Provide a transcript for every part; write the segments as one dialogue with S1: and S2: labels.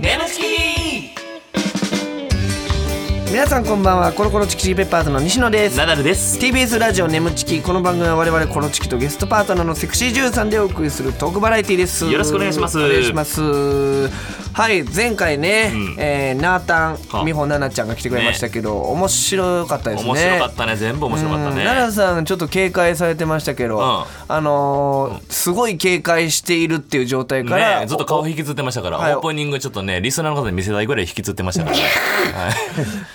S1: ネムチキ
S2: 皆さんこんばんはコロコロチキチキペッパーズの西野です
S1: ナダルです。
S2: TBS ラジオ「眠チキ」この番組は我々コロチキとゲストパートナーのセクシージュンさんでお送りするトークバラエティです
S1: よろしくお願いします
S2: お願いしますはい前回ね、
S1: うん
S2: えーナータン
S1: は
S2: 美穂奈々ちゃんが来てくれましたけど、面白かったですね
S1: 面白かったね。全部面白かった
S2: うん
S1: ね。
S2: 奈々さんちょっと警戒されてましたけど、
S1: ん
S2: あのーすごい警戒しているっていう状態から、
S1: ね、ずっと顔引きずってましたから、
S2: はい
S1: オープニングちょっとね、リスナーの方に見せたいぐらい引きずってましたから、ね、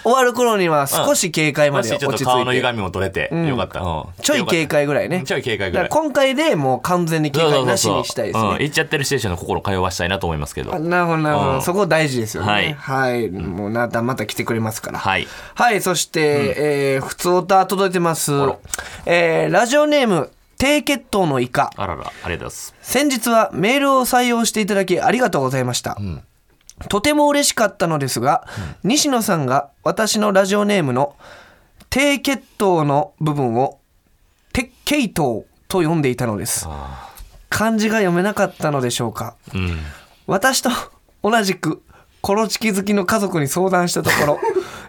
S2: 終わる頃には少し警戒ま
S1: も
S2: で
S1: しちょ
S2: 落
S1: っ
S2: ち着
S1: と
S2: い
S1: 顔の
S2: て、
S1: 歪みも取れて、よかった。うん
S2: ちょい警戒ぐらいね
S1: ちょい警戒ぐらい
S2: だから今回でもう完全に警
S1: そうそうそう
S2: 戒なしにしたいですね
S1: うん行っちゃってるシチュエーションの心通わしたいなと思いますけど。
S2: あなるほどなるほど、
S1: うん
S2: そこ大事ですよね
S1: はい
S2: もうなたまた来てくれますから
S1: はい
S2: はいそして、えー普通オタ届いてますえーラジオネーム低血糖のイカ
S1: あらら、ありがとうございます。
S2: 先日はメールを採用していただきありがとうございました、とても嬉しかったのですが、西野さんが私のラジオネームの低血糖の部分を鉄血糖と呼んでいたのです
S1: あ
S2: 漢字が読めなかったのでしょうか
S1: うん。
S2: 私と同じくコロチキ好きの家族に相談したところ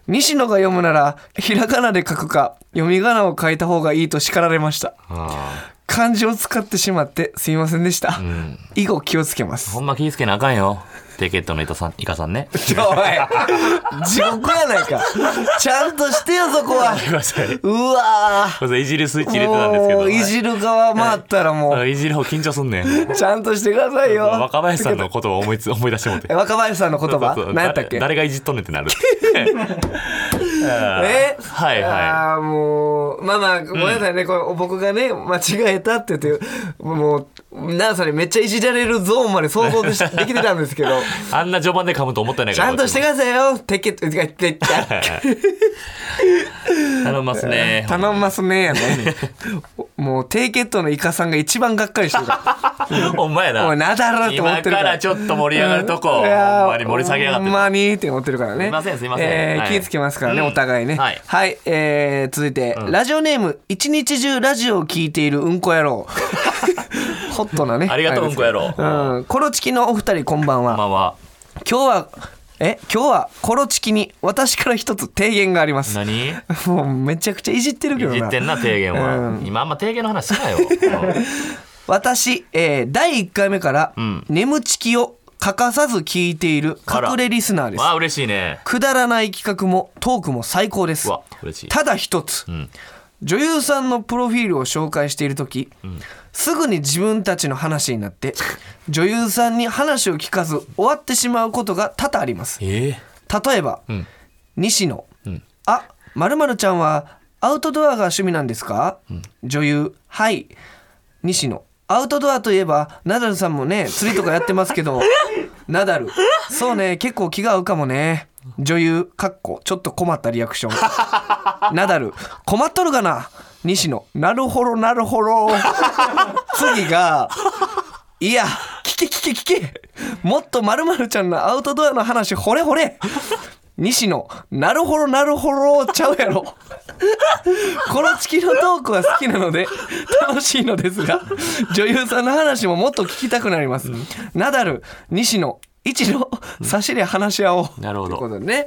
S2: 西野が読むならひらがなで書くか読み仮名を書いた方がいいと叱られました
S1: あ
S2: 漢字を使ってしまってすいませんでした、
S1: ーうん。
S2: 以後気をつけます
S1: ほんま気ぃつけなあかんよ。テケットのイカさん、イカさ んね。
S2: ちょおい地獄やないかちゃんとしてよそこは
S1: ごめんなさい。
S2: うわ
S1: これいじるスイッチ入れてたんですけ
S2: ーも
S1: ど。
S2: ういじる側回ったらも
S1: あいじる方緊張すんねん。
S2: うちゃんとしてくださいよ
S1: 若林さんのことを思いつ思い出してもうて
S2: え。若林さんの言葉
S1: そうそう
S2: 何やったっ
S1: 誰
S2: け
S1: 誰がいじっとんねんってなる。
S2: え
S1: はいはい
S2: ああ、もう、まあまあ、ごめんなさいね、これ、僕がね、間違えたって言って、もう、奈良さんにめっちゃいじられるゾーンまで想像でしできてたんですけど、
S1: あんな序盤で噛むと思ってな い
S2: ち
S1: から。
S2: ゃんとしてくださいよ、テケット、てかてて
S1: 頼みますね。
S2: 頼んますね、やね。 もう、低血糖のイカさんが一番がっかりしてるから。
S1: ほんまや
S2: おい、
S1: な。
S2: なだろって思ってるから。
S1: 今からちょっと盛り上がるとこ、
S2: うん
S1: ほ
S2: い
S1: ん
S2: やー
S1: まに盛り下げやがっ
S2: ほ
S1: て
S2: ん
S1: な。
S2: まにって思ってるからね。
S1: すいませんすいません
S2: えー
S1: はい
S2: 気ぃつけますからね、
S1: うん
S2: お互いね。
S1: はい
S2: えー続いて、ラジオネーム、一日中ラジオを聞いているうんこ野 郎。ホットなね。
S1: ありがとう
S2: れですけど
S1: うんこ
S2: うん。コロチキのお二人、こんばんは。
S1: まあま
S2: 今日は、え、今日はコロチキに私から一つ提言がありま
S1: あ。
S2: す。
S1: 何い
S2: もうめちゃくちゃいじってるけどな。
S1: じってんな、提言は
S2: う。
S1: 今あんま提言の話 しないよ。うん
S2: 私、えー第1回目から、
S1: ん
S2: 眠チキを欠かさず聞いている
S1: あら
S2: 隠れリスナーです
S1: ま。あ嬉しいね。
S2: くだらない企画もトークも最高です
S1: うわ、嬉しい。
S2: ただ一つ、
S1: ん
S2: 女優さんのプロフィールを紹介している時、すぐに自分たちの話になって女優さんに話を聞かず終わってしまうことが多々あります
S1: ええ。
S2: 例えば、
S1: ん
S2: 西野、あまるまるちゃんはアウトドアが趣味なんですか、女優はい西野アウトドアといえばナダルさんもね釣りとかやってますけどナダルそうね結構気が合うかもね女優かっこちょっと困ったリアクションナダル困っとるかな西野なるほどなるほど 次がいや聞け聞け聞けもっとまるまるちゃんのアウトドアの話ほれほれ西野なるほどなるほどちゃうやろコロチキのトークは好きなので楽しいのですが女優さんの話ももっと聞きたくなります、ナダル西野一度差しで話し合おう
S1: なるほど
S2: ということでね、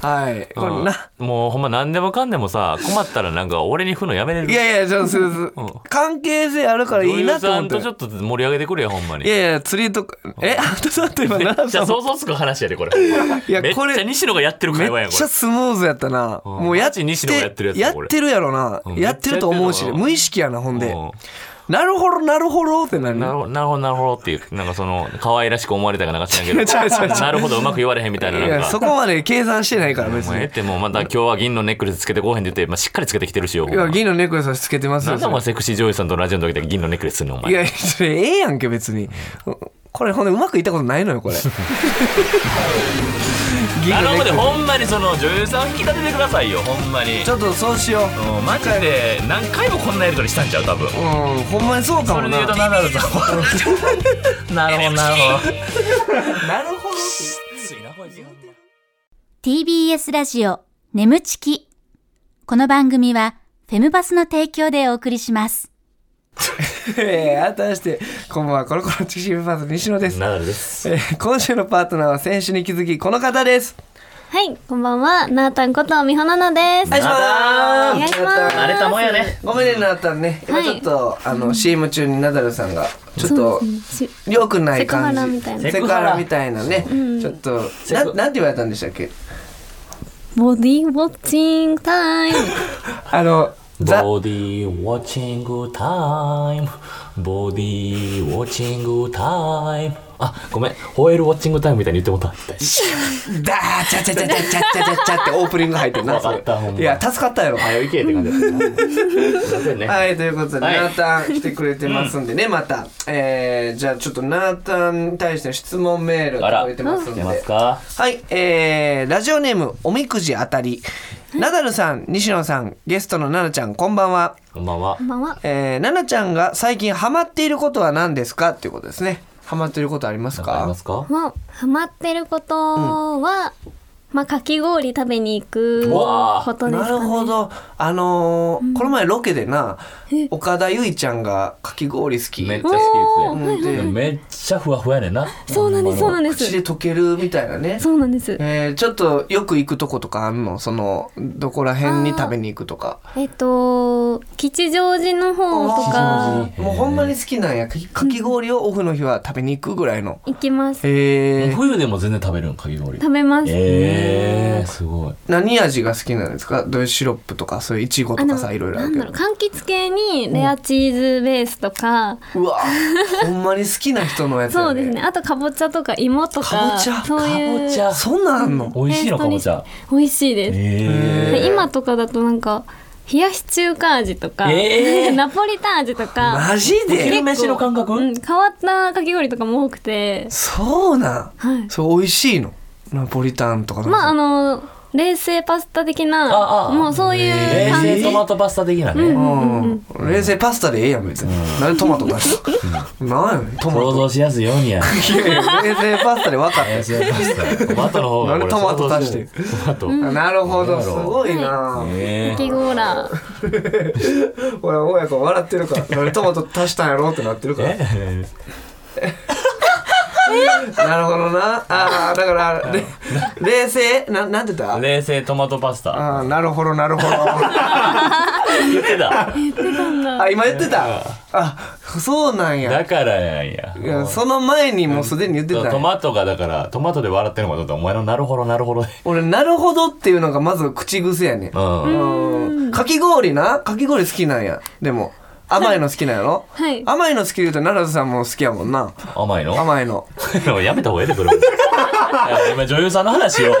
S2: はいこれな、
S1: うんもうほんま何でもかんでもさ、困ったらなんか俺に振るのやめれる。
S2: いやいや、じゃあ、それそれ関係性あるからいいなと思っ
S1: 女優
S2: て
S1: さ。んとちょっと盛り上げてくれよ、ほんまに。
S2: いやいや、釣りとか、え、あんたさんと今、奈良
S1: じゃ
S2: さん
S1: あ
S2: も
S1: 想像つく話やでこれ。い
S2: や
S1: やめっ
S2: これ
S1: ちゃ西野がやってる
S2: め
S1: 会話や
S2: っ
S1: んこ
S2: ちゃスムーズやったな。
S1: ん
S2: もうやって、
S1: マジ西野がやってるやつだこれ
S2: やってるやろな。
S1: うん
S2: やってると思うし、
S1: めっちゃやってるな
S2: 無意識やな、ほん
S1: れ。
S2: で。
S1: うん
S2: なるほど、なるほどってなる。
S1: なるほどなるほどなるほどっていうなんかその可愛らしく思われたかなんか知らんけ
S2: 違う違う違
S1: ど
S2: う
S1: なるほどうまく言われへんみたいないなん
S2: や、
S1: か
S2: そこまで計算してないから、別
S1: もうええ
S2: に
S1: っ。てもうまた今日は銀のネックレスつけてこうへんでて、まあ、しっかりつけてきてるしよ。
S2: いや、銀のネックレスはつけてます
S1: な
S2: よ
S1: んでお。前セクシー女優さんとラジオの時だけ銀のネックレスすんのお
S2: い
S1: 前。
S2: や、それええやんけ、別に。これ、ほんで、うまくいったことないのよ、これ。銀
S1: な
S2: の
S1: る
S2: ネックレ
S1: ほ
S2: ス
S1: どほんまにその女優さんを引き立ててくださいよほんまに。
S2: ちょっとそうしよう。
S1: うんマジで何回もこんなやりとりしたんちゃう多分。
S2: うん、ほんまにそうか
S1: そ
S2: も
S1: れ
S2: な。
S1: で言うとナダルさんは なるほどなるほど。
S2: なるほど。
S1: ついなこいつほんま
S3: TBS ラジオ眠ちきこの番組はフェムバスの提供でお送りします
S2: えー、改めしてこんばんはコロコロチキシブパート西野です、
S1: ナダルです。
S2: えー今週のパートナーは選手に気づきこの方です
S4: はい、こんばんは、なーたんことみほななです。
S2: お願いし
S4: お願
S2: ま
S4: い
S2: す
S4: します。
S5: 慣れたもんやね。
S2: ごめんねなったんね今
S4: はい
S2: ちょっと、あの CM 中にナダルさんがちょっ
S4: そう
S2: と
S4: ですね。
S2: 良くない感じ
S4: セクハラみたいな
S2: セクハラみたいなね、ちょっとななんて言われたんでしたっけ
S4: ボディウォッチングタイ ム。
S2: あのザ
S1: ボディウォッチングタイム。ボディウォッチングタイム。あ、ごめん。ホエールウォッチングタイムみたいに言ってもうた。
S2: ダーチャチャチャチャチャチャチャチャってオープニング入ってるなそ
S1: 怖かったほ
S2: れ
S1: んま
S2: いや助かったやろ
S1: 早いけって感じだったな。すいませんね。
S2: はい、ということで、
S1: はい
S2: ナータン来てくれてますんで ね、また。えー、じゃあちょっとナータンに対しての質問メール
S1: あら
S2: 届いてますん
S1: 出
S2: で。
S1: ますか
S2: はい、えー、ラジオネーム、おみくじあたり。ナダルさん、西野さん、ゲストのナナちゃん、こんばんは。
S1: こんばんは
S4: こん。ばんは。
S2: えー、ナナちゃんが最近ハマっていることは何ですかっていうことですね。ハマっていることあります
S1: なんかあり
S2: か
S1: ますか
S4: もう、ハマってることは、まあ、かき氷食べに行く
S1: うわー
S4: ことです
S2: な
S4: かね。
S2: るほど。あのーこの前ロケでな、岡田結実ちゃんがかき氷好き。
S1: めっちゃ好き
S2: うん
S1: ですね。
S2: で、
S1: めっちゃふわふわやねんな。
S4: そうなんです、そうなんで
S2: 口
S4: す。
S2: で溶けるみたいなね。
S4: そうなんです。
S2: えー、ちょっとよく行くとことかあんのそのどこら辺に食べに行くとか
S4: えっと、吉祥寺の方とか、
S1: ー
S2: もうほんまに好きなんやかきかき氷をオフの日は食べに行くぐらいの
S4: 行きます。
S2: へえー、
S1: 冬でも全然食べるんかき氷。
S4: 食べます。
S1: えー、すごい。
S2: 何味が好きなんですかどういうシロップとかそういういちごと
S4: で
S2: か
S4: も
S2: さいろいろあ
S4: な
S2: る
S4: ん
S2: け
S4: だ
S2: ど
S4: ろう、柑橘系にレアチーズベースとか、
S2: うわほんまに好きな人のやつや、ね、
S4: そうですね。あとかぼちゃとか芋とか、
S2: かぼちゃ
S4: そういう
S1: かぼちゃ
S2: そんなんあんの
S1: 美味しいのかぼちゃ。
S4: 美味しいです。
S1: え
S4: で今とかだとなんか冷やし中華味とか、
S1: えー
S4: ナポリタン味とか
S2: マジで
S1: 昼飯の感覚
S4: うん、変わったかき氷とかも多くて
S2: そうなん、
S4: はい
S2: そう美味しいのナポリタンとかなんか
S4: まああの冷製パスタ的
S1: あ
S4: な
S1: あ
S4: もうそういう
S1: 冷
S4: 感
S1: 製
S4: じ
S1: トマトパスタ的なね。
S2: うん冷製パスタでええやん別に、なんでトマト出した、なんやねんトマ
S1: 想
S2: ト
S1: 像しやすいようにや。
S2: いやいや 冷製パスタで分かったよ
S1: 冷製パスタ。トマトの方が
S2: なんでトマト足してる
S1: トマト。
S2: なるほどすごいな、
S1: え
S4: かきゴーラー
S2: 俺親子笑ってるからなんでトマト足したんやろってなってるから
S1: え
S2: なるほどなああだかられ冷製ななんて言った
S1: 冷製トマトパスタ。
S2: あーなるほどな るほどあ
S1: 言ってた。
S2: 今言ってたあそうなんや
S1: だからやん
S2: い
S1: や。
S2: やその前にもうすでに言ってたんや
S1: トマトがだからトマトで笑ってるのかと思ったらお前のなるほどなるほどで。
S2: 俺なるほどっていうのがまず口癖やね
S1: う、ん。
S2: うん、かき氷なかき氷好きなんやでも甘いの好きなんやろ、
S4: はい
S2: 甘いの好きで言うと奈良さんも好きやもんな
S1: 甘いの？
S2: 甘いの
S1: やめた方がええでそれ。い や今女優さんの話を。な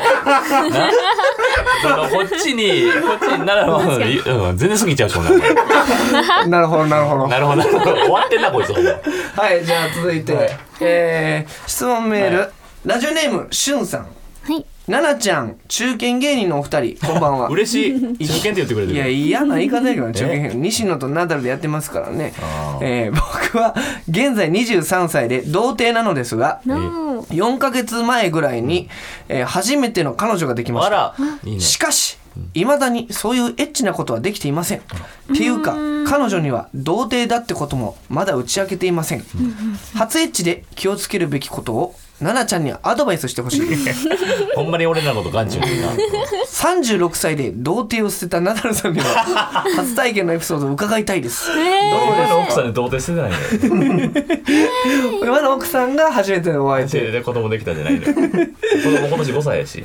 S1: そのこっちにこっちになるほどうん全然過ぎちゃうしょうがな い。
S2: なるほどなるほど
S1: なるほどなるほど終わってんなこいつ。ほんま
S2: はいじゃあ続いて、えー、質問メール、ラジオネームしゅんさん
S4: はい
S2: ななちゃん中堅芸人のお二 人こんばんは
S1: 嬉しい。中堅って言ってくれて
S2: い
S1: る。
S2: や嫌な言い方やけどね中堅芸人西野とナダルでやってますからね
S1: あ、
S2: えー、僕は現在23歳で童貞なのですが
S4: の
S2: 4ヶ月前ぐらいに、えー初めての彼女ができまし
S1: あ
S2: た
S1: ら、いいね。
S2: しかし、いまだにそういうエッチなことはできていません。っていうか、彼女には童貞だってこともまだ打ち明けていません。初エッチで気をつけるべきことを、奈々ちゃんにアドバイスしてほしい。
S1: ほんまに俺らのこと眼中にな。
S2: 36歳で童貞を捨てたナダルさんには、初体験のエピソードを伺いたいです。
S1: 俺の奥さんで童貞してないのよ。
S2: 今の奥さんが初めてのお相手。
S1: 童貞で子供できたんじゃないのよ。子供今年5歳やし。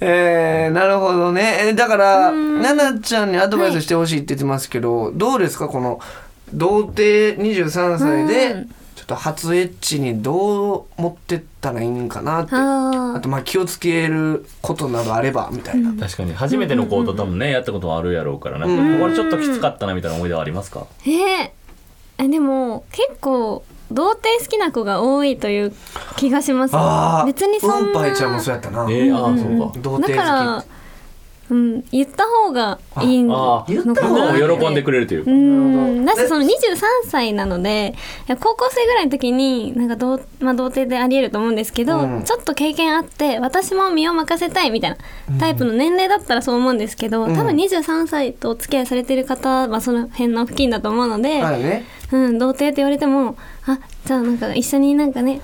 S2: えー、なるほどね。えだから、奈々ちゃんにアドバイスしてほしいって言ってますけど、どうですかこの、童貞23歳で、ちょっと初エッチにどう持ってったらいいんかなって。あ
S4: あ
S2: と、まあ気をつけることなどあれば、みたいな。
S1: 確かに初めての子と多分ねやったことはあるやろうからなんかここれちょっときつかったなみたいな思い出はありますか
S4: ーえー、あでも結構童貞好きな子が多いという気がします
S2: ああ、
S4: 別にそんな
S2: うんぱいちゃんもそうやったな。
S1: えー、ああそうか
S2: 童
S4: だ
S2: 貞
S4: か
S2: 好
S4: らうん、言った方がいいの
S1: あ
S4: か
S1: ー
S4: な
S2: 言った方がいい
S4: って
S1: 喜んでくれるという
S4: う
S1: か。
S4: んだしその23
S2: ね
S4: 歳なのでいや高校生ぐらいの時になんかどう、まあ、童貞でありえると思うんですけど、
S2: うん
S4: ちょっと経験あって私も身を任せたいみたいなタイプの年齢だったらそう思うんですけど、
S2: うん
S4: 多分23歳とお付き合いされてる方はその辺の付近だと思うので、
S2: あるね
S4: うん、童貞って言われてもあじゃあなんか一緒になんかね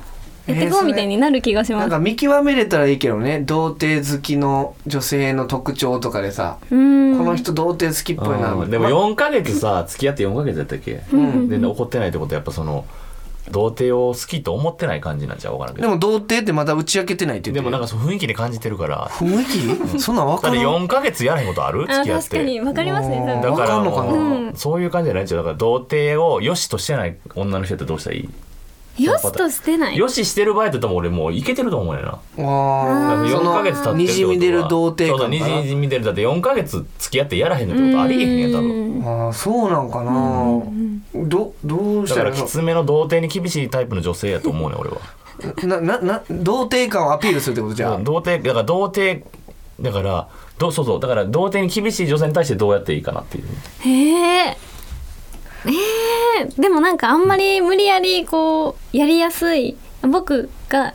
S4: やって
S2: えー
S4: こ
S2: そうれ
S4: みたいになる気がし
S2: な
S4: ま
S2: ん
S4: す。
S2: か見極めれたらいいけどね童貞好きの女性の特徴とかでさ、
S4: うん
S2: この人童貞好きっぽいな
S1: うんでも4ヶ月さ付き合って4ヶ月やったっけ
S2: うん
S1: で怒ってないってことはやっぱその童貞を好きと思ってない感じなんちゃうわからんけ
S2: で
S1: ど
S2: も童貞ってまだ打ち明けてないって
S1: で
S2: 言って
S1: も
S2: る
S1: なんかその雰囲気で感じてるから
S2: 雰囲気そんなん分
S1: だ
S2: か
S1: って
S2: る
S1: 4ヶ月やらへんことある付
S4: あ
S1: き合っ
S4: 確かに
S1: て
S4: わかりますね多
S1: だ
S4: 分
S2: わ
S1: から
S2: かんのかな
S1: うんそういう感じじゃないんちゃうだから童貞を良しとしてない女の人ってどうしたらいい
S4: よしとしてない
S1: 良ししてる場合だともう俺もういけてると思うよな
S2: あ
S4: ー
S2: ー
S1: 4ヶ月経ってるってことは
S2: にじみ出る童貞
S1: そう
S2: 感
S1: そうに
S2: かな
S1: じみ出るだって4ヶ月付き合ってやらへんのってことありえへんやん多分
S4: うん
S2: ああそうなんかなどどうし
S1: だ
S2: た
S1: からら
S2: いい
S1: き
S2: の
S1: つめの童貞に厳しいタイプの女性やと思うね俺は
S2: ななな童貞感をアピールするってことじゃあ
S1: 童貞だから童貞だからどそうそうだから童貞に厳しい女性に対してどうやっていいかなっていう
S4: へええー、でもなんかあんまり無理やりこうやりやすい僕が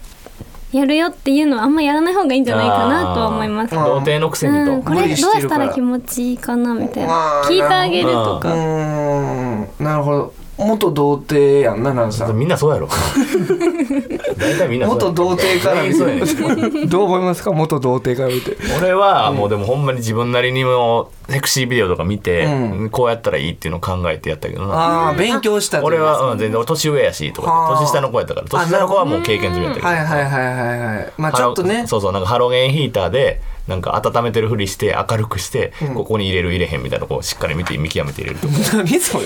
S4: やるよっていうのはあんまやらない方がいいんじゃないかなとは思います。
S2: あー
S1: 童貞のくせにと、
S4: うん、こ
S2: 無
S4: れど
S2: 理
S4: う
S2: して
S4: し
S2: る
S4: た
S2: から
S4: ら気持ちいいかなみたい
S2: あ
S4: な
S2: ー
S4: 聞いてあげると
S2: う
S4: か。
S2: ーんなるほど元童貞やんな奈良さん
S1: みんなそうやろ 大体みんなそうや
S2: 元童貞から見
S1: 全員そうやね
S2: て どう思いますか元童貞から見て
S1: 俺はもうでもほんまに自分なりにもセクシービデオとか見て、
S2: うん
S1: こうやったらいいっていうのを考えてやったけどな
S2: ああ勉強したと
S1: 俺は、うん、全然俺年上やしと
S2: は
S1: か
S2: あ
S1: 年下の子やったから年下の子はもう経験済みやったけど
S2: はいはいはいはいはいまあちょっと
S1: ハロ
S2: ね
S1: そうそうなんかハロゲンヒーターでなんか温めてるふりして明るくして、ここに入れる入れへんみたいなこうしっかり見て見極めて入れるとか
S2: 何それ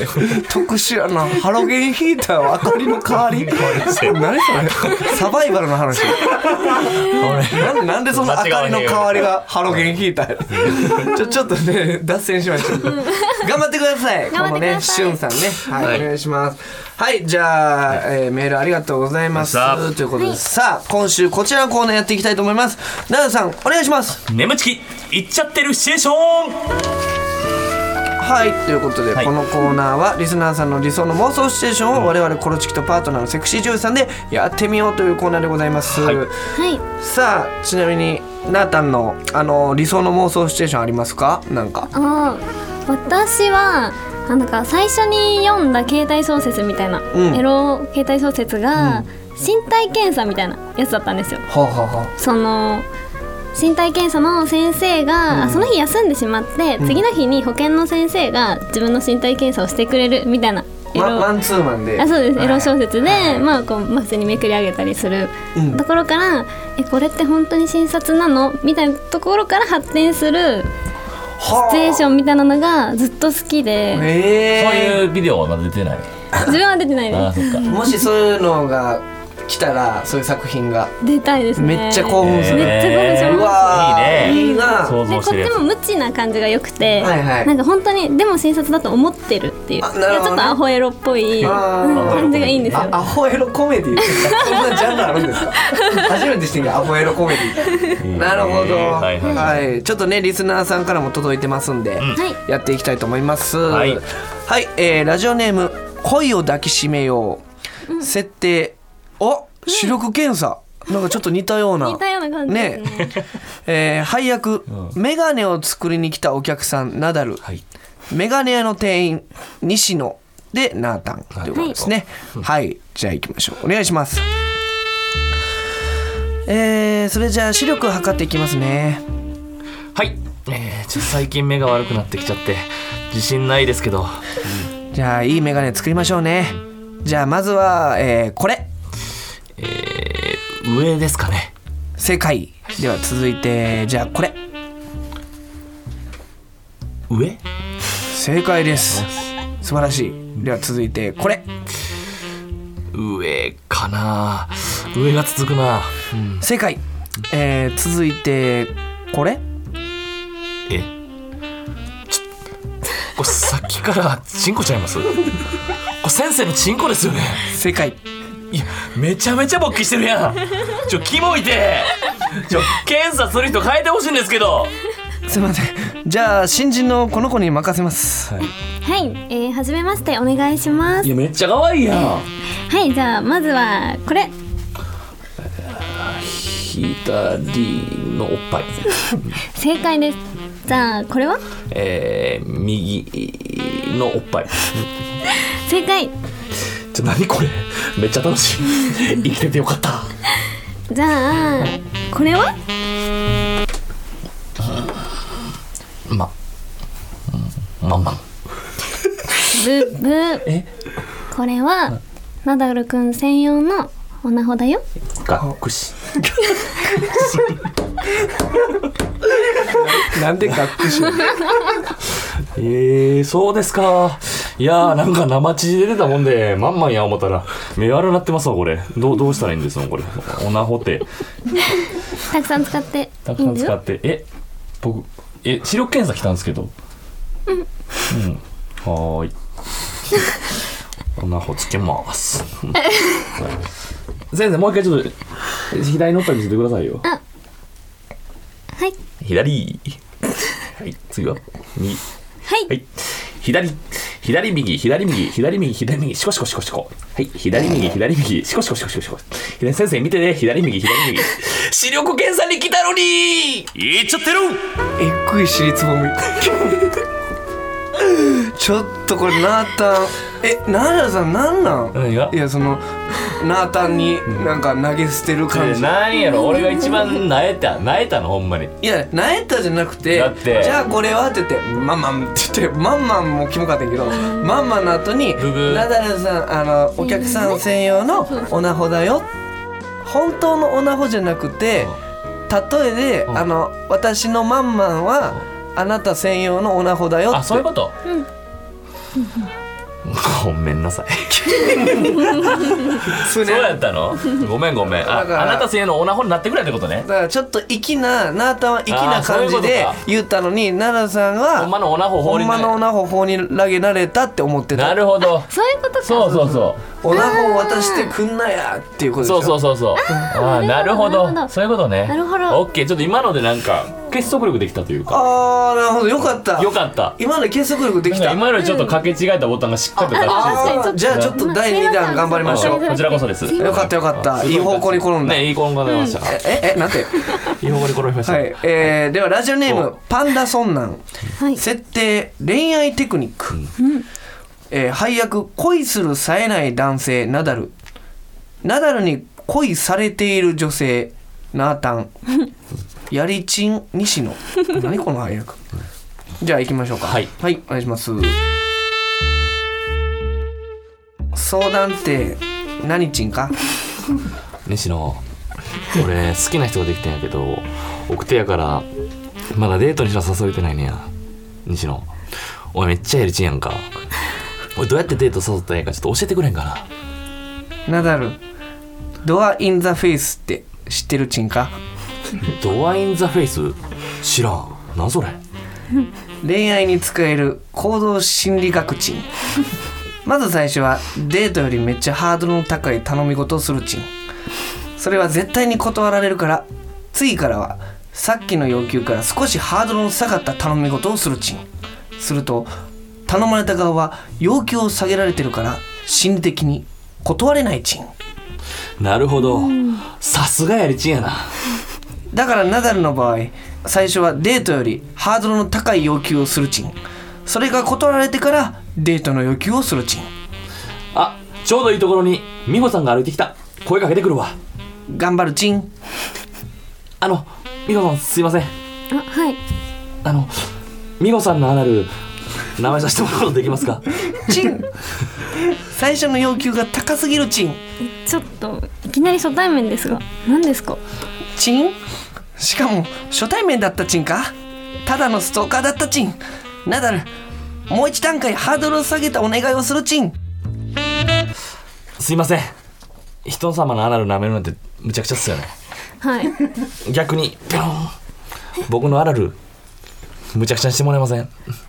S2: 特殊やなハロゲンヒーターは明かりの代わり 何それサバイバルの話なんなんでその明かりの代わりがハロゲンヒーターやちょちょっとね脱線しました頑張ってくだ さい
S4: 頑張
S2: この
S4: ってください
S2: ねしゅんさんねはい、
S1: はい
S2: お願いしますはいじゃあ、えーメールありがとうございます
S1: ありがとうございました
S2: ということで、さあ今週こちらのコーナーやっていきたいと思います奈良さんお願いします
S1: 眠ちきいっちゃってるシチュエーション
S2: はいということで、
S1: はい
S2: このコーナーはリスナーさんの理想の妄想シチュエーションを我々コロチキとパートナーのセクシー女優さんでやってみようというコーナーでございます、
S1: はい
S4: はい。
S2: さあちなみにナータンのあの理想の妄想シチュエーションありますかなんか
S4: あー私はあなんか最初に読んだ携帯小説みたいな、
S2: うん
S4: エロ携帯小説が、身体検査みたいなやつだったんですよ。
S2: ほうほうほう
S4: その身体検査の先生が、あその日休んでしまって、次の日に保健の先生が自分の身体検査をしてくれるみたいなエロ、
S2: ママンツーマンで
S4: あそうです、
S2: はい
S4: エロ小説で、まあこうまあ普通にめくり上げたりする
S2: うん
S4: ところから、えこれって本当に診察なのみたいなところから発展す
S2: は
S4: るシ
S2: あ
S4: チュエーションみたいなのがずっと好きで
S1: そう
S2: ええ
S1: いうビデオはまだ出てない
S4: 自分は出てない
S1: あー
S4: で
S1: そっか
S2: もしそういうのが来たらそういう作品が
S4: す出たいですね
S2: めっちゃ興奮する、
S4: えめっちゃ興奮します
S2: うわー
S1: いいね
S2: いいな
S1: 想
S4: で
S1: 像
S4: こっ
S1: してるや
S4: ち
S1: つ
S4: も無知な感じが良くて、
S2: はいはい
S4: なんか本当にでも診察だと思ってるっていう
S2: あなるほどね
S4: ちょっとアホエロっぽいうん
S2: あー
S4: 感じがいいんです
S2: あ
S4: よ。
S2: アホエロコメディーそんなジャンルあるんですか 初めて知ってんけどアホエロコメディ
S1: いい
S2: ー
S1: ね
S2: なるほど、
S1: はいはいは
S2: ちょっとねリスナーさんからも届いてますんで、
S4: はい
S2: やっていきたいと思いますは
S1: はい
S2: い、えーラジオネーム「恋を抱きしめよう」設定お視力検査、なんかちょっと似たような
S4: 似たような感じですね。
S2: えー配役、メガネを作りに来たお客さんナダル、
S1: はい
S2: メガネ屋の店員西野でナータンということですねはい、じゃあ行きましょうお願いしますえー、それじゃあ視力測っていきますね
S1: はい、えー、ちょっと最近目が悪くなってきちゃって自信ないですけど
S2: じゃあいいメガネ作りましょうねじゃあまずは、えーこれ
S1: えー、上ですかね
S2: 正解では続いてじゃあこれ
S1: 上
S2: 正解です素晴らしいでは続いてこれ
S1: 上かな上が続くな、うん、
S2: 正解、えー続いてこれ
S1: えちょこれさっきからチンコちゃいますこれ先生のチンコですよね
S2: 正解
S1: いやめちゃめちゃ勃起してるやんちょキモいてちょ検査する人変えてほしいんですけど
S2: すいませんじゃあ新人のこの子に任せます
S4: はい、えー、はじめましてお願いします
S1: いやめっちゃ可愛いやん
S4: はいじゃあまずはこれ
S1: 左のおっぱい
S4: 正解ですじゃあこれは
S1: えー、右のおっぱい
S4: 正解
S1: ちょ何これめっちゃ楽しい 生きててよかった
S4: じゃあこれは
S1: まうんまんまん
S4: ブブ
S1: え
S4: これはナダルくん専用のオナホだよ
S1: がっくし
S2: なんでかっこし
S1: えー、そうですかいやーなんか生地で出てたもんでまんまんや思ったら目悪なってますわこれどうどうしたらいいんですのこれオナホテ
S4: たくさん使って
S1: たく
S4: いい
S1: さん
S4: んだよ
S1: 使ってえ僕え視力検査来たんですけどうん、はーいオナホつけますはい先生もう一回ちょっと左のおっぱい見せてくださいよ
S4: はい
S1: 左はい次は右
S4: はい、
S1: はい。左、左右、左右、左右、左右、シコシコシコシコ。はい。左右、左右、シコシコシコシコシコ。左先生見てね、左右、左右。視力検査に来たのに言っちゃってる
S2: えっくい尻つぼみちょっとこれナータンえナータンさんなんなん
S1: 何が
S2: いやそのナータンになんか投げ捨てる感じ、
S1: なんやろ、俺が一番なえた、なえたの、ほんまに。
S2: いやなえたじゃなくて
S1: だって
S2: じゃあこれはって言って「マンマン」って言ってマンマンもキモかったんやけどマンマンの後に
S1: ブブー
S2: ナダルさんあのお客さん専用のオナホだよ本当のオナホじゃなくて例えで
S1: ん
S2: あの私のマンマンはあなた専用のオナホだよって
S1: あ、そういうこと
S4: うん
S1: ごめん なさい。
S2: そうね
S1: そうやったのごめんごめん。あ
S2: だから
S1: あなた専用のオナホになってくれってことね。
S2: だからちょっと粋なナータンは粋な感
S1: あー
S2: じ
S1: そういう
S2: で
S1: ことか
S2: 言ったのにナダルさんは
S1: ほんまのオナホ放
S2: ほ
S1: り
S2: んまのオナホ法に投げられたって思ってた
S1: なるほど。
S4: そういうことか
S1: そうそうそう。
S2: オナホを渡してくんなやっていうことでし
S1: そ
S2: ょ
S1: うそうそうそう。ああ、なるほ
S4: なる
S1: ど。
S4: ほど
S1: そういうことね。
S4: なるほど
S1: オッケー、ちょっと今のでなんか結束力できたというか。
S2: あーなるほどよかった
S1: よかった。
S2: 今の結束力でき
S1: なんか
S2: た
S1: 今よりちょっと掛け違えたボタンがしっかりと
S4: あ
S1: ガッチ
S4: 確かにちょっ
S2: あーじゃあ
S4: と
S2: ちょっと第2弾頑張りましょ
S1: リ。
S4: あ
S2: う
S4: ー
S1: こちらこそです。
S4: すいませ
S2: よか
S4: ん
S2: ったよかったいい方向に転んだ、
S1: ね、いい方向に転びました。
S2: ええなんて
S1: いい方向に転びました。
S2: はい、えー、ではラジオネームパンダソンナン
S4: はい
S2: 設定恋愛テクニック、えー配役恋する冴えない男性ナダルナダルに恋されている女性ナー タンやりちん西野何この配役じゃあ行きましょうか
S1: はい
S2: はい、お願いします相談って何ちんか
S1: 西野、俺好きな人ができてんやけど、奥手やから、まだデートにしか誘えてないねや。西野、お前めっちゃやりちんやんか。俺どうやってデート誘ったらいいかちょっと教えてくれんか
S2: ナ
S1: な。
S2: ダルドア・イン・ザ・フェイスって知ってるちんか
S1: ドアインザフェイス知らん。なんそれ
S2: 恋愛に使える行動心理学チンまず最初はデートよりめっちゃハードルの高い頼み事をするチンそれは絶対に断られるから次からはさっきの要求から少しハードルの下がった頼み事をするチンすると頼まれた側は要求を下げられてるから心理的に断れないチン
S1: なるほど。さすがやりちんやな。
S2: だからナダルの場合最初はデートよりハードルの高い要求をするチンそれが断られてからデートの要求をするチン
S1: あ、ちょうどいいところに美穂さんが歩いてきた。声かけてくるわ。
S2: 頑張るチン
S1: あの、美穂さんすいません。
S4: あはい
S1: あの、美穂さんのアナル、名前させてもらうことできますか
S2: チン最初の要求が高すぎるチン
S4: ちょっといきなり初対面ですが何ですか
S2: チンしかも初対面だったチンかただのストーカーだったチンナダルもう一段階ハードルを下げたお願いをするチン
S1: すいません。人様のアナル舐めるなんてむちゃくちゃっすよね。
S4: はい
S1: 逆に、ペロン。僕のアナル、むちゃくちゃにしてもらえません。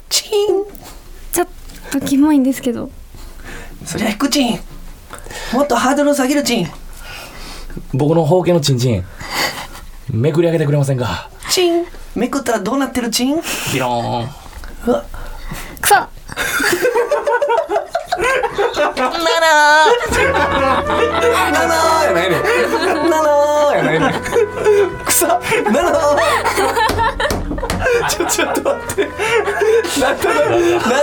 S2: チン
S4: ちょっとキモいんですけど
S2: そりゃ引くチンもっとハードルを下げるチン
S1: 僕の包茎のチンチン、めくり上げてくれませんか
S2: チンめくったらどうなってるちん
S1: ビローン
S4: くそ
S2: ななーやないねんななーやないねん草ななーちょちょっと待ってな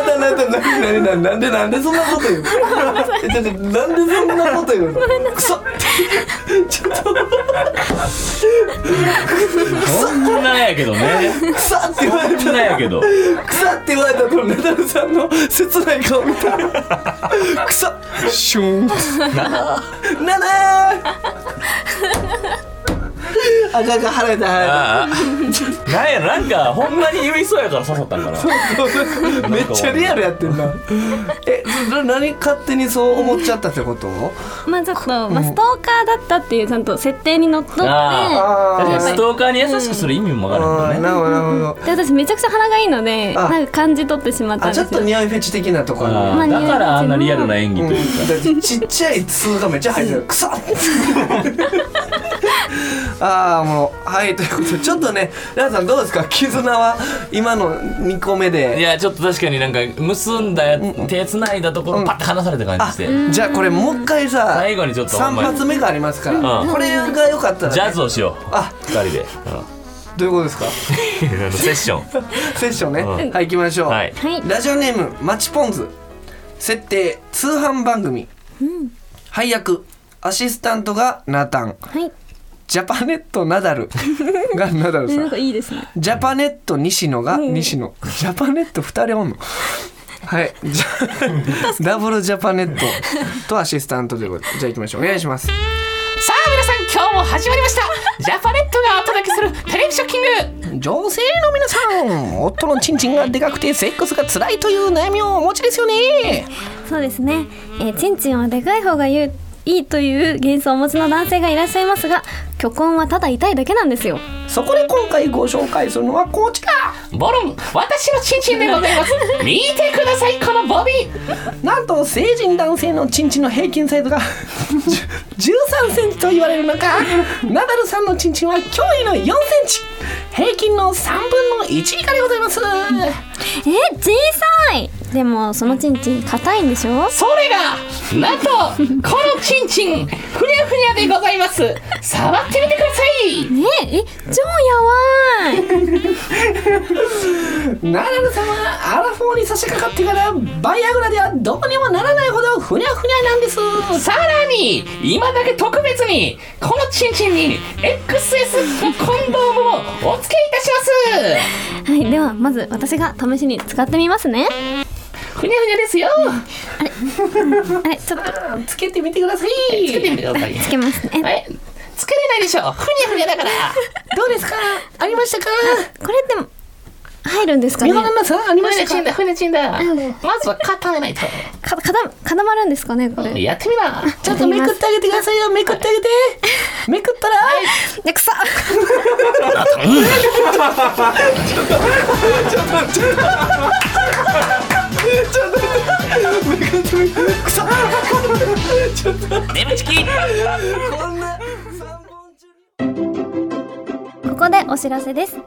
S2: んだなんだなんだなんだなんだなんでなんでそんなこと言うのえちょっとなんでそんなこと言うの草ちょっと
S5: そんなやけどね。
S2: 草って言われ
S5: そん
S2: た
S5: なや
S2: ら
S5: けど。
S2: 草って言われたとナダルさんの切ない顔見たら草シューンななーあかんかん腹痛い腹痛い
S5: ああ。なんやろ、なんか、ほんまに言いそうやから誘ったんかな。
S2: めっちゃリアルやってん なえな何勝手にそう思っちゃったってこと
S4: まあちょっと、まあ、ストーカーだったっていうちゃんと設定にのっとってで
S5: あ
S2: あー
S5: 確かにストーカーに優しくする意味もわ
S2: あ
S5: かる
S2: ー
S5: もん
S2: な
S5: ね。
S2: るほどなるほど
S4: 私めちゃくちゃ鼻がいいので
S2: あ
S4: なんか感じ取ってしまったん
S2: あ
S4: で
S2: ちょ
S4: すよ
S2: っと匂いフェチ的なところ
S5: あ
S4: まあ
S5: ーだからあんなリアルな演技
S2: うん
S5: というか。
S2: だってちっちゃい「通がめっちゃ入ってる「くさっ! 」ああもうはいということでちょっとね皆さんどうですか絆は今の2個目
S1: い
S2: で
S1: やちょっと確かになんか結んだや手つないだところパッて離された感じして、
S2: じゃあこれもう一回さ
S5: 最後にちょっとほ
S2: 3
S5: んまに
S2: 発目がありますから
S5: うん
S2: これがよかったら
S5: ジャ
S2: ね
S5: ズをしよ
S2: あ
S5: う。二人で。
S2: どういうことですか
S5: うんあのセッション。
S2: セッションね
S5: うん
S2: はい行きましょう
S5: はい。
S4: はい
S2: ラジオネームマチポンズ設定通販番組、配役アシスタントがナタン
S4: はい
S2: ジャパネットナダ ルがナダルさ
S4: なん
S2: ん
S4: かいいですね
S2: ジャパネット西野が西野、ジャパネット2人おんのはいじゃダブルジャパネットとアシスタントということでじゃあ行きましょうお願いします
S6: さあ皆さん今日も始まりましたジャパネットがお届けするテレビショッキング
S2: 女性の皆さん夫のチンチンがでかくてセックスが辛いという悩みをお持ちですよね
S4: そうですね、えー、チンチンはでかい方がゆういいという幻想をお持ちの男性がいらっしゃいますが巨根はただ痛いだけなんですよ
S2: そこで今回ご紹介するのはこちら
S6: ボロン私のチンチンでございます見てくださいこのボビー
S2: なんと成人男性のチンチンの平均サイズが 13センチと言われる中ナダルさんのチンチンは驚異の4センチ平均の3分の1以下でございます
S4: えー、小さいでもそのチンチン硬いんでしょ
S6: それがなんとこのチンチンふにゃふにゃでございます触ってみてください
S4: ねええ超やわい
S2: ナダルさんはアラフォーに差し掛かってからバイアグラではどうにもならないほどふにゃふにゃなんです
S6: さらに今だけ特別にこのチンチンに XS のコンドームをお付けいたします
S4: はいではまず私が試しに使ってみますね
S6: ふにゃふにゃですよ
S4: あれちょっと
S2: つけてみてください
S6: つけてみてください
S4: つけますね
S6: えつけれないでしょふにゃふにゃだから
S2: どうですかありましたか
S4: これって入るんですかね
S2: 美穂奈々さんあり
S6: ふ
S2: ま
S6: に
S2: し
S6: ゃち
S2: た
S6: んだ
S2: か
S6: ふにゃちんだまずは固めないと
S4: か固固まるんですかねこれ
S6: やってみな
S2: ちょっとめくってあげてくださいよめくってあげてめくったら
S4: で臭っ
S6: ネムチキ
S4: ここでお知らせです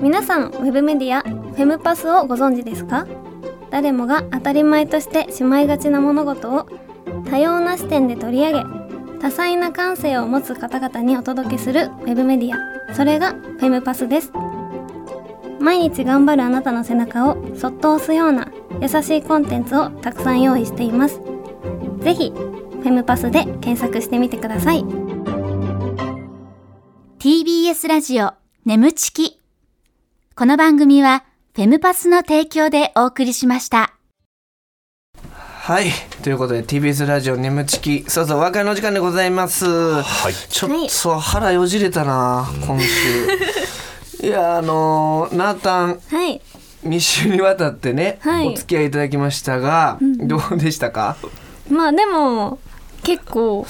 S4: 皆さんウェブメディアフェムパスをご存知ですか誰もが当たり前としてしまいがちな物事を多様な視点で取り上げ多彩な感性を持つ方々にお届けするウェブメディアそれがフェムパスです毎日頑張るあなたの背中をそっと押すような優しいコンテンツをたくさん用意していますぜひフェムパスで検索してみてください
S3: TBS ラジオ眠ちき。この番組はフェムパスの提供でお送りしました。
S2: はいということで TBS ラジオ眠ちきそうそうお別れの時間でございますはいちょっと腹よじれたな今週 いやあのー、ナータン
S4: はい
S2: 2週にわたってね、
S4: はい
S2: お付き合いいただきましたが、どうでしたか
S4: まあでも結構好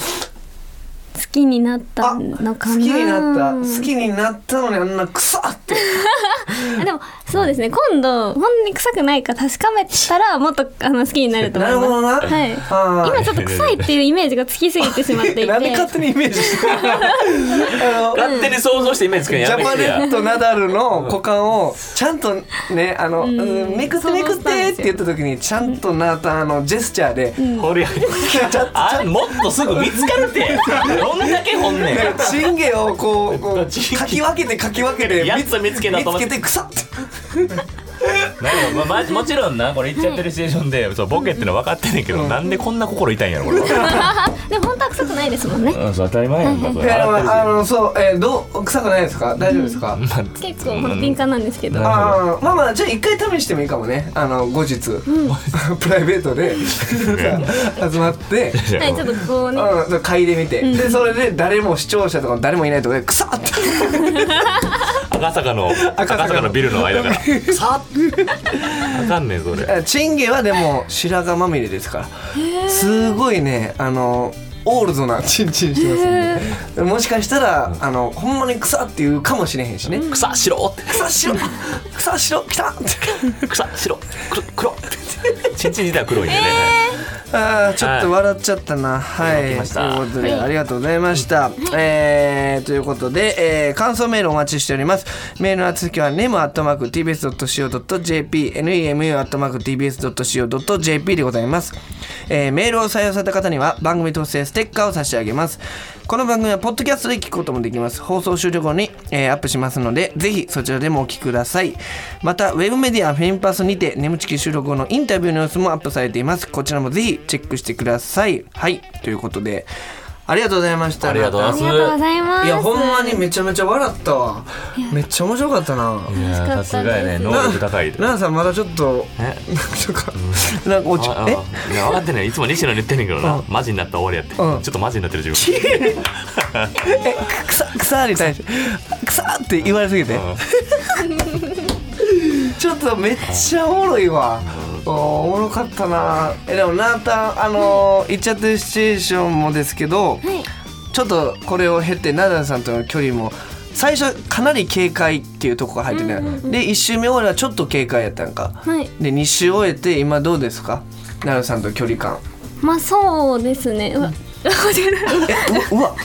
S4: きになったのかな
S2: 好きになった好きになったのにあんなクサって
S4: あでもそうですね今度本当に臭くないか確かめたらもっとあの好きになると思
S2: ないる
S4: ます
S2: ほどな。
S4: はい
S2: あー
S4: 今ちょっと臭いっていうイメージがつきすぎてしまってい て
S2: なんで勝手にイメージしてるあ の
S5: 勝手に想像してイメージつくの
S2: ジ
S5: や
S2: ャ
S5: め
S2: パ
S5: て
S2: ネ
S5: や
S2: ットナダルの股間をちゃんとねあの、うんめくってめくってって言った時にちゃんとなたあのジェスチャーで、
S5: ほりゃ
S2: ちゃんとちゃんと
S5: あもっとすぐ見つかるってどんだけ本ねん
S2: ねチンゲをこうこう
S5: チンゲ
S2: かき分けてかき分けて
S5: やっと見つけたと
S2: 見
S5: 思
S2: つ
S5: って
S2: けて腐って
S5: なんかまあまもちろんなこれ言っちゃってるシチュエーションでそうボケっての分かってんねんけど、なんでこんな心痛いんやろこれは、
S4: でも本当は臭くないですもんね
S5: うん、そう当たり前やんかそ
S2: い
S5: れ
S2: やまああのそうえーどう臭くないですか大丈夫ですか、あ
S4: 結構敏感なんですけど、
S5: うん
S2: あーまあまあじゃあ一回試してもいいかもねあの後日、 プライベートでさ集まって。
S4: はい、ちょっとこうね
S2: うん、そう嗅いでみて、でそれで誰も視聴者とかも誰もいないところで「くさっ!」って
S1: 赤坂の赤
S2: 坂の
S1: 坂のビルの間からさあかんねんそれ
S2: あチンゲはでも白髪まみれですからすごいねあのオールドなチンチンしてますんでもしかしたらあのほんまに草っていうかもしれへんしね
S1: 草白って
S2: 草しろ草しろきたって
S1: 草白黒黒ちんちん自体は黒いんでね、
S2: あーちょっと笑っちゃったなはい、
S1: 驚きました
S2: ということでありがとうございました、えー、ということで、えー感想メールお待ちしておりますメールの宛先は nemu.tbs.co.jp nemu.tbs.co.jp でございます、えーメールを採用された方には番組特製ステッカーを差し上げますこの番組はポッドキャストで聞くこともできます放送終了後に、えーアップしますのでぜひそちらでもお聞きくださいまたウェブメディアフェンパスにて眠ちき収録後のインタビューの様子もアップされていますこちらもぜひチェックしてくださいはいということでありがとうございました
S1: ありがとうござい
S4: あ
S1: ます
S4: りがとうございます
S2: いやほんまにめちゃめちゃ笑ったわめっちゃ面白かったない
S5: やさすがやね能力高いで
S2: 奈々さんまだちょっと
S1: え
S2: なんかなんか落ち
S1: ああ
S2: え
S1: いや分かってないいつも西野に言ってんねんけどなマジになったら終わりやって、
S2: うん
S1: ちょっとマジになってる自分
S2: えく草草に対して草って言われすぎて、 ちょっとめっちゃおもろいわ、おーおもろかったなえでもなーたんあのー、言っちゃってるシチュエーションもですけど、
S4: はい
S2: ちょっとこれを経てナダルさんとの距離も最初かなり警戒っていうとこが入ってたよ、で1周目俺はちょっと警戒やったんか、
S4: はい
S2: で2周終えて今どうですかナダルさんと距離感
S4: まあそうですねう わ
S2: え うわうわ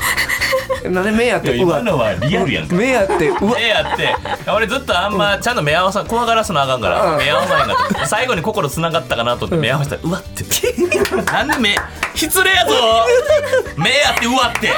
S2: なんで目やっ
S5: いや
S2: てう
S5: 今
S2: わ
S5: のはリアルやんか
S2: 目やってうわ
S5: ええやって俺ずっとあんまちゃんと目合わさ怖がらすのあかんから、
S2: うん
S5: 目合わさへんかった最後に心つながったかなと思って目合わせたら、うわって言ってなんで目失礼やぞ目合ってうわって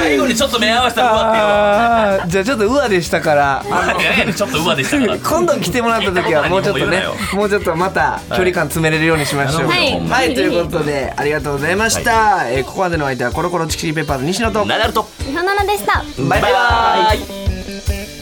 S5: 最後にちょっと目合わせたらうわって言うわ
S2: あーじゃあちょっとうわでしたからあの
S5: いやいやちょっとうわでしたから
S2: 今度来てもらった時はもうちょっとねもうちょっとまた距離感詰めれるようにしましょう
S4: はい
S2: はい、ということでありがとうございました、えーここまでのお相手はコロコロチキチキペッパーズ西野と
S5: ナダルと
S4: ひょななでした
S2: バイバイ
S5: 「